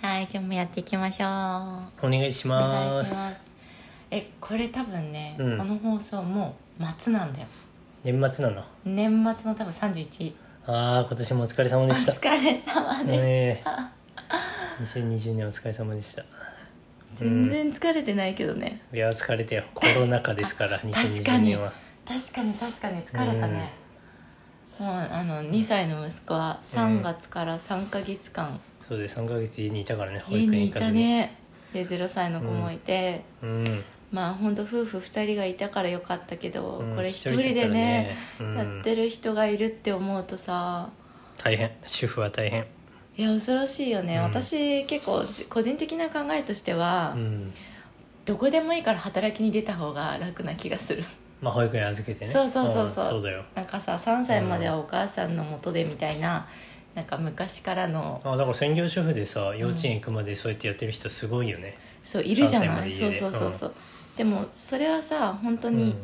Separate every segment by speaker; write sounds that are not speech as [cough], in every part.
Speaker 1: はい今日もやっていきましょう
Speaker 2: お願いし
Speaker 1: お願いし
Speaker 2: ま
Speaker 1: ますすえこれ多分ね、
Speaker 2: うん
Speaker 1: この放送もう末なんだよ
Speaker 2: 年末なの
Speaker 1: 年末の多分31
Speaker 2: ああ今年もお疲れ様
Speaker 1: お
Speaker 2: でした
Speaker 1: 疲れ様です、
Speaker 2: ねえ2020年お疲れ様でした
Speaker 1: 全然疲れてないけどね、
Speaker 2: いや疲れてよコロナ禍ですから
Speaker 1: 確か
Speaker 2: 2020
Speaker 1: に
Speaker 2: 年は
Speaker 1: 確かに確かに疲れたね、もうあの2歳の息子は3月から3か月間
Speaker 2: そうです3ヶ月家にいたからね保
Speaker 1: 家
Speaker 2: 育園
Speaker 1: にい
Speaker 2: 行か
Speaker 1: た
Speaker 2: ずに
Speaker 1: ねで0歳の子もいて、
Speaker 2: うん
Speaker 1: まあ本当夫婦2人がいたからよかったけど、
Speaker 2: うん
Speaker 1: これ一
Speaker 2: 一
Speaker 1: 人
Speaker 2: 人
Speaker 1: でね
Speaker 2: だったらねうん
Speaker 1: やってる人がいるって思うとさ
Speaker 2: 大変主婦は大変
Speaker 1: いや恐ろしいよね、
Speaker 2: うん
Speaker 1: 私結構じ個人的な考えとしては、
Speaker 2: うん
Speaker 1: どこでもいいから働きに出た方が楽な気がする、
Speaker 2: まあ保育園預けてね
Speaker 1: そうそうそうそう,、
Speaker 2: んそうだよ
Speaker 1: なんかさ3歳まではお母さんのもとでみたいな、なんか昔からの
Speaker 2: あだから専業主婦でさ幼稚園行くまでそうやってやってる人すごいよね
Speaker 1: そういるじゃ
Speaker 2: 3歳ま
Speaker 1: な
Speaker 2: で
Speaker 1: い
Speaker 2: 家
Speaker 1: そう
Speaker 2: で
Speaker 1: そうそうそう、でもそれはさ本当
Speaker 2: う
Speaker 1: に、
Speaker 2: ん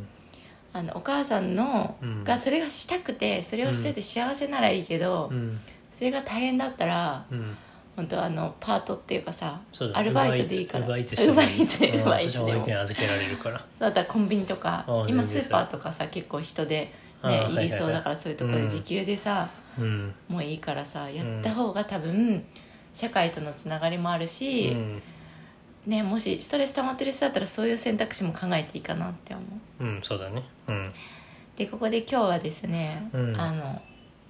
Speaker 1: あのお母さんの、
Speaker 2: うん
Speaker 1: がそれがしたくてそれをしてて幸せならいいけど、
Speaker 2: うん
Speaker 1: それが大変だったら
Speaker 2: うん
Speaker 1: 本当あのパートっていうかさ
Speaker 2: そうだ
Speaker 1: アルバイトでいいから
Speaker 2: ウーバーイーツ
Speaker 1: ウーバーイーツ
Speaker 2: してもいい
Speaker 1: ウーバーイーツ
Speaker 2: うんそしたら保育
Speaker 1: で
Speaker 2: 園
Speaker 1: も
Speaker 2: 預けられるから
Speaker 1: そうだったらコンビニとか
Speaker 2: ああ
Speaker 1: 今
Speaker 2: 全然
Speaker 1: スーパーとかさ結構人で、
Speaker 2: ああはい
Speaker 1: ね
Speaker 2: は、い
Speaker 1: 入
Speaker 2: はい
Speaker 1: りそうだからそういうところ
Speaker 2: う
Speaker 1: で
Speaker 2: ん
Speaker 1: 時給でさ、
Speaker 2: うん
Speaker 1: もういいからさやった方が多分社会とのつながりもあるし、
Speaker 2: うん
Speaker 1: ね、もしストレス溜まってる人だったらそういう選択肢も考えていいかなって思う
Speaker 2: うんそうだねうん
Speaker 1: でここで今日はですね、
Speaker 2: うん
Speaker 1: あの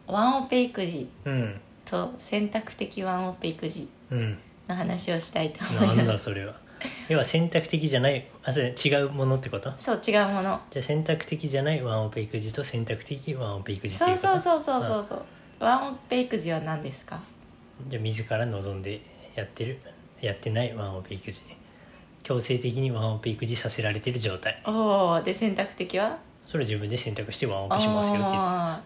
Speaker 1: ワンオペ育児
Speaker 2: うん
Speaker 1: と選択的ワンオペ育児 [laughs]
Speaker 2: うん
Speaker 1: の話をしたいと思
Speaker 2: ないん
Speaker 1: ま
Speaker 2: だ
Speaker 1: す
Speaker 2: それは要は選択的じゃないあそれ違うものってこと
Speaker 1: そう違うもの
Speaker 2: じゃあ選択的じゃないワンオペ育児と選択的ワンオペ育児っていう
Speaker 1: そ
Speaker 2: こ
Speaker 1: う
Speaker 2: と
Speaker 1: そうそうそうそうそうワンオペ育児は何ですか
Speaker 2: じゃあ自ら望んでやってるやってないワンオペ育児強制的にワンオペ育児させられてる状態
Speaker 1: おおで選択的は
Speaker 2: それを自分で選択してワンオ
Speaker 1: あ
Speaker 2: ペしますよって言って
Speaker 1: あ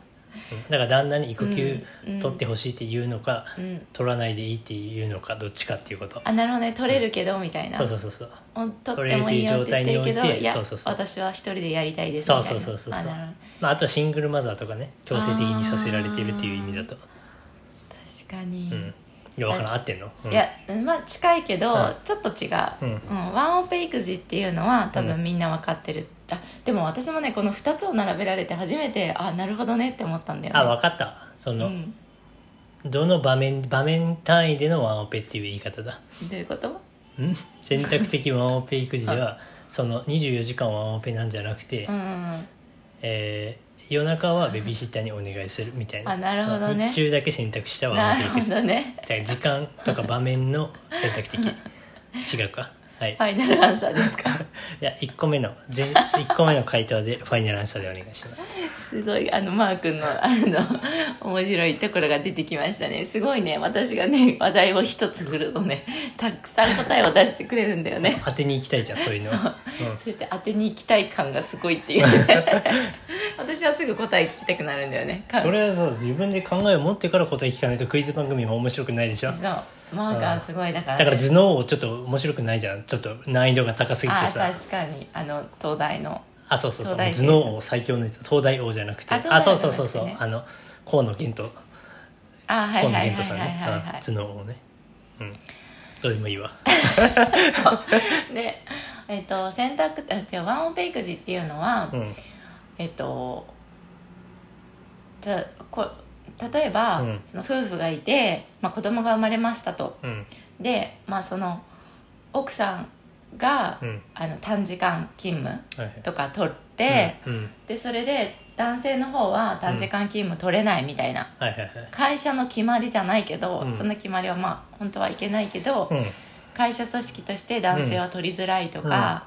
Speaker 2: うんだから旦那に育休
Speaker 1: うんうん
Speaker 2: 取ってほしいって言うのか、
Speaker 1: ーうん
Speaker 2: 取らないでいいっていうのかどっちかっていうこと
Speaker 1: あなるほどね取れるけど、みたいな
Speaker 2: そうそうそうそう
Speaker 1: お取ってもいいよって言ってるけど
Speaker 2: 取れるという状態において
Speaker 1: いや
Speaker 2: そうそうそう
Speaker 1: 私は一人でやりたいですみ
Speaker 2: そ
Speaker 1: た
Speaker 2: う
Speaker 1: いな
Speaker 2: そうそうそうそう
Speaker 1: あなるほど
Speaker 2: まあ、あとはシングルマザーとかね強制的にさせられてるっていう意味だと
Speaker 1: 確かに、
Speaker 2: うんいやわからん合ってんの、うん
Speaker 1: いやまあ近いけど、
Speaker 2: うん
Speaker 1: ちょっと違う、
Speaker 2: うん
Speaker 1: ワンオペ育児っていうのは多
Speaker 2: う
Speaker 1: 分
Speaker 2: ん
Speaker 1: みんな分かってる、あでも私もねこの2つを並べられて初めてあなるほどねって思ったんだよね
Speaker 2: あ分かったその、
Speaker 1: うん、
Speaker 2: どの場面場面単位でのワンオペっていう言い方だ
Speaker 1: どういうこと
Speaker 2: ん選択的ワンオペ育
Speaker 1: [laughs]
Speaker 2: 児はその24時間ワンオペなんじゃなくて、
Speaker 1: うんうんうん
Speaker 2: えー夜中はベビーシッターにお願いするみたいな
Speaker 1: あなるほどね
Speaker 2: 日中だけ選択したワ
Speaker 1: な
Speaker 2: ンオ
Speaker 1: る
Speaker 2: ペ育
Speaker 1: ほ
Speaker 2: 児
Speaker 1: どね
Speaker 2: だから時間とか場面の選択
Speaker 1: [laughs]
Speaker 2: 的違うかはい、
Speaker 1: ファイナルアンサーですか
Speaker 2: いや1個目の全1個目の回答でファイナルアンサーでお願い
Speaker 1: [laughs]
Speaker 2: します
Speaker 1: すごいあのマー君のあの面白いところが出てきましたねすごいね私がね話題を一つ振るとねたくさん答えを出してくれるんだよね
Speaker 2: 当てに行きたいじゃんそういうのは
Speaker 1: そして当てに行きたい感がすごいっていう私はすぐ答え聞きたくなるんだよね
Speaker 2: そ,、れはさ自分で考えを持ってから答え聞かないとクイズ番組も面白くないでしょ
Speaker 1: そうマーカーすごいだから、
Speaker 2: だから頭脳をちょっと面白くないじゃんちょっと難易度が高すぎて
Speaker 1: あ
Speaker 2: さ
Speaker 1: 確かにあの東大の
Speaker 2: あそうそうそう
Speaker 1: 東大
Speaker 2: 頭
Speaker 1: 生
Speaker 2: 脳を最強のやつ東大王じゃなくて
Speaker 1: あ
Speaker 2: あ
Speaker 1: 東大王じゃ
Speaker 2: そ
Speaker 1: な
Speaker 2: う
Speaker 1: くて
Speaker 2: そ
Speaker 1: ね
Speaker 2: うそうそうあの河野玄斗
Speaker 1: あはい
Speaker 2: 河
Speaker 1: は
Speaker 2: 野
Speaker 1: い
Speaker 2: 玄
Speaker 1: はい
Speaker 2: 斗さん
Speaker 1: は
Speaker 2: ね
Speaker 1: いはい、は
Speaker 2: うん頭脳をねうんどうでもいいわ
Speaker 1: い、でえっ、と選択あ違うワンオペ育児っていうのは、
Speaker 2: うん
Speaker 1: えっとたこ例えば、
Speaker 2: うん
Speaker 1: その夫婦がいて、まあ、子供が生まれましたと
Speaker 2: うん
Speaker 1: で、まあ、その奥さんが、
Speaker 2: うん
Speaker 1: あの短時間勤務
Speaker 2: はいはい
Speaker 1: とか取って、
Speaker 2: うんうん
Speaker 1: でそれで男性の方は短時間勤務取れないみたいな、
Speaker 2: はいはいはい
Speaker 1: 会社の決まりじゃないけど、
Speaker 2: うん
Speaker 1: その決まりはまあ本当はいけないけど、
Speaker 2: うん
Speaker 1: 会社組織として男性は取りづらいとか、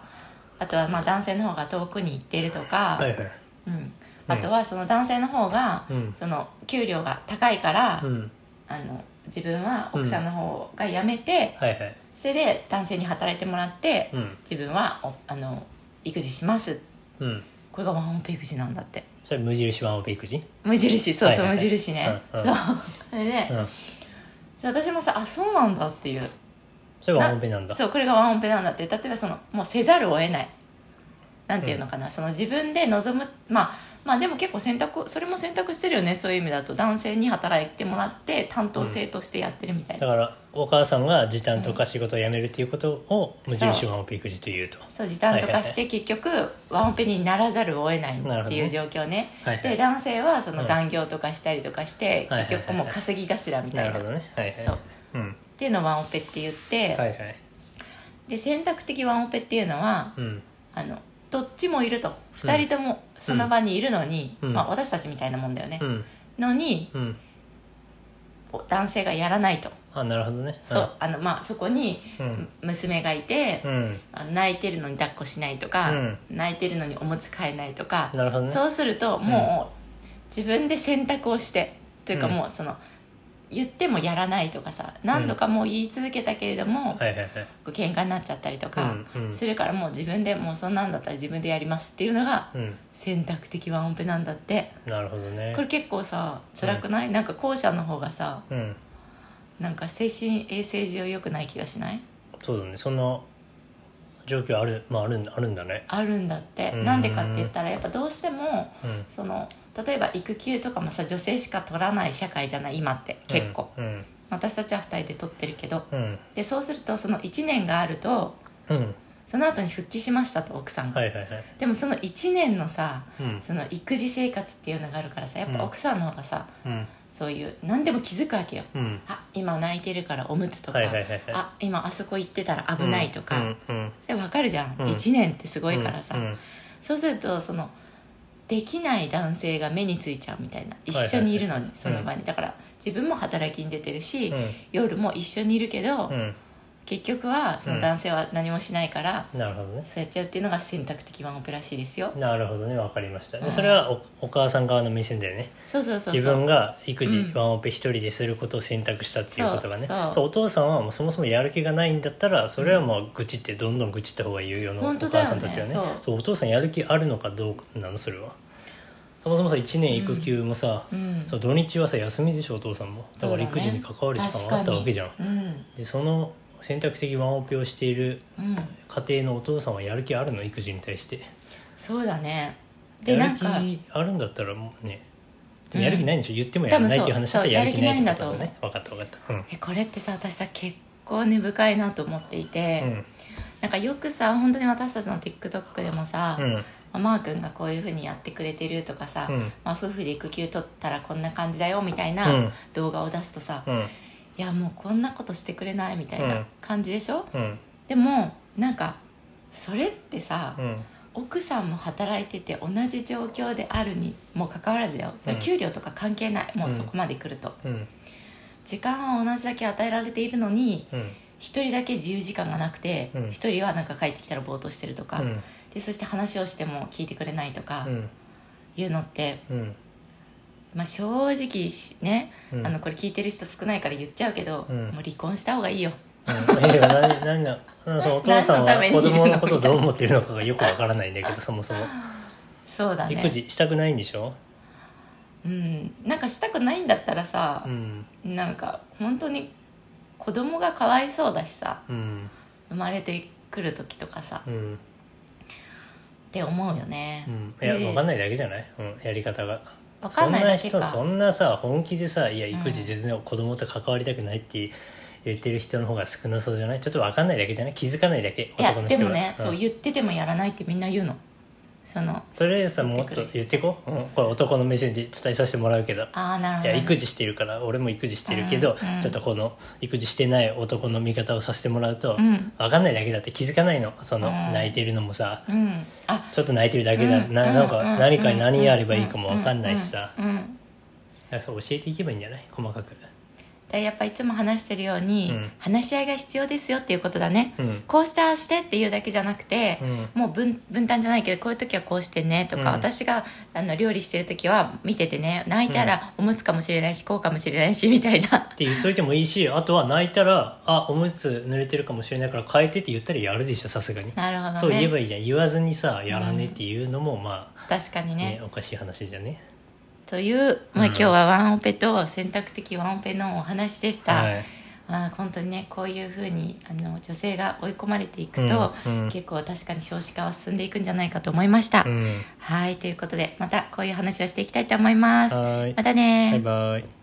Speaker 1: あとはまあ男性の方が遠くに行ってるとか、
Speaker 2: はいはい
Speaker 1: うん、あとはその男性の方が、
Speaker 2: うん
Speaker 1: その給料が高いから、
Speaker 2: うん
Speaker 1: あの自分は奥さんの方が辞めて、
Speaker 2: はいはい
Speaker 1: それで男性に働いてもらって、
Speaker 2: うん
Speaker 1: 自分はおあの育児します
Speaker 2: うん
Speaker 1: これがワンオペ育児なんだって
Speaker 2: それ無印ワンオペ育児
Speaker 1: 無印そうそう、
Speaker 2: はいはいはい
Speaker 1: 無印ね、
Speaker 2: うんうん
Speaker 1: そうそれで、
Speaker 2: うん
Speaker 1: 私もさあそうなんだっていう
Speaker 2: それワンオペなんだ
Speaker 1: そうこれがワンオペなんだって例えばそのもうせざるを得ないなんていうのかな、その自分で望むまあまあでも結構選択それも選択してるよねそういう意味だと男性に働いてもらって担当性としてやってるみたいな、
Speaker 2: だからお母さんが時短とか仕事を辞めるっていうことを無印ワンオペ育児というと
Speaker 1: そう時短とかして結局ワンオペにならざるを得ない
Speaker 2: なる
Speaker 1: っ
Speaker 2: ほ
Speaker 1: てい
Speaker 2: ど
Speaker 1: う
Speaker 2: ね
Speaker 1: 状況ね
Speaker 2: はいはい
Speaker 1: で男性はその
Speaker 2: うん
Speaker 1: 残業とかしたりとかして、
Speaker 2: はいはいはいはい
Speaker 1: 結局もう稼ぎ頭みた
Speaker 2: ないる
Speaker 1: な
Speaker 2: ほどねはいはい
Speaker 1: そう
Speaker 2: うん
Speaker 1: っていうのをワンオペって言って、
Speaker 2: はいはい
Speaker 1: で選択的ワンオペっていうのは、
Speaker 2: うん
Speaker 1: あのどっちもいると2人ともその場にいるのに、
Speaker 2: うん
Speaker 1: まあ、私たちみたいなもんだよね、
Speaker 2: うん
Speaker 1: のに
Speaker 2: うん
Speaker 1: 男性がやらないと
Speaker 2: あなるほどね
Speaker 1: そうあの、まあ、そこに
Speaker 2: うん
Speaker 1: 娘がいて、
Speaker 2: うん
Speaker 1: あの泣いてるのに抱っこしないとか、
Speaker 2: うん
Speaker 1: 泣いてるのにおむつ替えないとか、
Speaker 2: なるほどね
Speaker 1: そうするともう自分で選択をしてというか
Speaker 2: うん
Speaker 1: もうその言ってもやらないとかさ何度かもう言い続けたけれども、
Speaker 2: はいはいはい
Speaker 1: 喧嘩になっちゃったりとか
Speaker 2: うんうん
Speaker 1: するからもう自分でもうそんなんだったら自分でやりますっていうのが
Speaker 2: うん
Speaker 1: 選択的ワンオペなんだって
Speaker 2: なるほどね
Speaker 1: これ結構さ辛くない、なんか後者の方がさ
Speaker 2: うん
Speaker 1: なんか精神衛生上良くない気がしない
Speaker 2: そうだねその状況あるまああるんあるんだね
Speaker 1: あるんだって
Speaker 2: うん
Speaker 1: なんでかって言ったらやっぱどうしても
Speaker 2: うん
Speaker 1: その例えば育休とかもさ女性しか取らない社会じゃない今って結構、
Speaker 2: うん
Speaker 1: 私たちは2人で取ってるけど
Speaker 2: うん
Speaker 1: でそうするとその1年があると
Speaker 2: うんうん
Speaker 1: その後に復帰しましたと奥さんが、
Speaker 2: はいはいはい
Speaker 1: でもその1年のさ
Speaker 2: うん
Speaker 1: その育児生活っていうのがあるからさやっ
Speaker 2: うん
Speaker 1: ぱ奥さんの方がさ、
Speaker 2: うん
Speaker 1: そういう何でも気づくわけよ、
Speaker 2: うん
Speaker 1: あ今泣いてるからおむつとか、
Speaker 2: はいはいはいはい
Speaker 1: あ今あそこ行ってたら危ないとか、
Speaker 2: うんうん
Speaker 1: それ分かるじゃん、
Speaker 2: うん
Speaker 1: 1年ってすご
Speaker 2: う
Speaker 1: い
Speaker 2: ん
Speaker 1: からさ、
Speaker 2: うん
Speaker 1: そうするとそのできない男性が目についちゃうみたいな一
Speaker 2: はい
Speaker 1: 緒にいるのにその場にだから自分も働きに出てるし、
Speaker 2: うん
Speaker 1: 夜も一緒にいるけど、
Speaker 2: うん
Speaker 1: 結局はその男性は何もしないから、
Speaker 2: なるほどね
Speaker 1: そうやっちゃうっていうのが選択的ワンオペらしいですよ
Speaker 2: なるほどねわかりましたでそれはおお母さん側の目線だよね
Speaker 1: そうそうそう
Speaker 2: 自
Speaker 1: そう
Speaker 2: 分が育児ワンオペ一人ですることを選択したっていうことがね
Speaker 1: そうそう
Speaker 2: そうお父さんはもうそもそもやる気がないんだったらそれはもう愚痴ってどんどん愚痴った方がいいようなお
Speaker 1: 本当だよ
Speaker 2: 母
Speaker 1: ね
Speaker 2: さんたちはね
Speaker 1: そう
Speaker 2: そうお父さんやる気あるのかどうかなのそれはそもそもさ1年育休もさ、
Speaker 1: うん
Speaker 2: そう土日はさ休みでしょお父さんもだから育児に関わる時間があったわけじゃん、
Speaker 1: そうだね
Speaker 2: でその選択的ワンオペをしている
Speaker 1: 確かにうん、うん、
Speaker 2: 家庭のお父さんはやる気あるの育児に対して
Speaker 1: そうだねで
Speaker 2: や
Speaker 1: な
Speaker 2: る
Speaker 1: ん
Speaker 2: 気
Speaker 1: か
Speaker 2: あるんだったらもうね
Speaker 1: うん
Speaker 2: でもやる気ないんでしょ、言ってもやらないっていう話だったらやる気ないってこ
Speaker 1: 多
Speaker 2: と
Speaker 1: 分そうそうやる気ないんだと思う
Speaker 2: だね分かった分かったうん
Speaker 1: えこれってさ私さ結構根深いなと思っていて、
Speaker 2: うん
Speaker 1: なんかよくさ本当に私たちの TikTok でもさ、
Speaker 2: うん
Speaker 1: マー君がこういうふうにやってくれてるとかさ、
Speaker 2: うん
Speaker 1: まあ、夫婦で育休取ったらこんな感じだよみたい
Speaker 2: うん
Speaker 1: な動画を出すとさ、
Speaker 2: うん
Speaker 1: いやもうこんなことしてくれないみたいな感じでしょ、
Speaker 2: うん
Speaker 1: でもなんかそれってさ、
Speaker 2: うん
Speaker 1: 奥さんも働いてて同じ状況であるにもかかわらずだよそれ給料とか関係ない、もうそこまで来ると
Speaker 2: うん
Speaker 1: 時間は同じだけ与えられているのに
Speaker 2: うん
Speaker 1: 一人だけ自由時間がなくて
Speaker 2: うん
Speaker 1: 一人はなんか帰ってきたらぼーっとしてるとか、
Speaker 2: うん
Speaker 1: でそして話をしても聞いてくれないとか
Speaker 2: うん
Speaker 1: いうのって、
Speaker 2: うん
Speaker 1: まあ、正直しね、
Speaker 2: うん
Speaker 1: あのこれ聞いてる人少ないから言っちゃうけど、
Speaker 2: うん
Speaker 1: もう離婚した方がいいよ
Speaker 2: うんいや何何なそのお父さ
Speaker 1: 何の
Speaker 2: ん
Speaker 1: た
Speaker 2: は
Speaker 1: めに
Speaker 2: 子
Speaker 1: いるの
Speaker 2: 供のことをどう思ってるのかがよくわからないんだけどそもそも
Speaker 1: そうだね
Speaker 2: 育児したくないんでしょ
Speaker 1: うんなんかしたくないんだったらさ
Speaker 2: う、ん
Speaker 1: なんか本当に子供がかわいそうだしさ
Speaker 2: うん
Speaker 1: 生まれてくる時とかさ、
Speaker 2: う
Speaker 1: っ
Speaker 2: ん
Speaker 1: て思うよね、
Speaker 2: うんいや
Speaker 1: で
Speaker 2: 分かんないだけじゃない、うん、やり方が
Speaker 1: わかんないだけか
Speaker 2: そんな人そんなさ本気でさいや育児全然子供と関わりたくないって言ってる人の方が少なそうじゃないちょっと分かんないだけじゃない気づかないだけ
Speaker 1: いや
Speaker 2: 男の
Speaker 1: で
Speaker 2: 人が
Speaker 1: もね、
Speaker 2: ん
Speaker 1: そう言っててもやらないってみんな言うのその
Speaker 2: それさもっ
Speaker 1: くる
Speaker 2: と
Speaker 1: 人
Speaker 2: 言ってこう、うん、これ男の目線で伝えさせてもらうけど
Speaker 1: ああなるほ
Speaker 2: い
Speaker 1: ど、
Speaker 2: や
Speaker 1: ね、
Speaker 2: 育児してるから俺も育児してるけど、
Speaker 1: うんうん
Speaker 2: ちょっとこの育児してない男の見方をさせてもらうと、
Speaker 1: うん
Speaker 2: 分かんないだけだって気づかないのその、
Speaker 1: うん
Speaker 2: 泣いてるのもさ
Speaker 1: うんあ
Speaker 2: ちょっと泣いてるだけだ、
Speaker 1: うん
Speaker 2: ななんか
Speaker 1: うん
Speaker 2: 何かに何やればいいかも分かんないしさ、
Speaker 1: うんうん
Speaker 2: だからそう教えていけばいいんじゃない細かく
Speaker 1: でやっぱいつも話してるように、
Speaker 2: うん
Speaker 1: 話し合いが必要ですよっていうことだね、
Speaker 2: うん
Speaker 1: こうしたああしてっていうだけじゃなくて、
Speaker 2: う
Speaker 1: もう分分担じゃないけどこういう時はこうしてねとか、
Speaker 2: うん
Speaker 1: 私があの料理してる時は見ててね泣いたらおむつかもしれないしこうかもしれないしみたいな
Speaker 2: [laughs] って言っといてもいいしあとは泣いたら「あおむつ濡れてるかもしれないから変えて」って言ったらやるでしょさすがに、
Speaker 1: なるほどね
Speaker 2: そう言えばいいじゃん言わずにさやらねえっていうのもま
Speaker 1: 確かに
Speaker 2: あ、
Speaker 1: ね
Speaker 2: ねおかしい話じゃね
Speaker 1: という、まあ、今日はワンオペと選択的ワンオペのお話でした、
Speaker 2: はい
Speaker 1: まあ本当にねこういうふうにあの女性が追い込まれていくと、
Speaker 2: うんうん
Speaker 1: 結構確かに少子化は進んでいくんじゃないかと思いました、
Speaker 2: うん
Speaker 1: はいということでまたこういう話をしていきたいと思います
Speaker 2: はーい
Speaker 1: またね
Speaker 2: バイバイ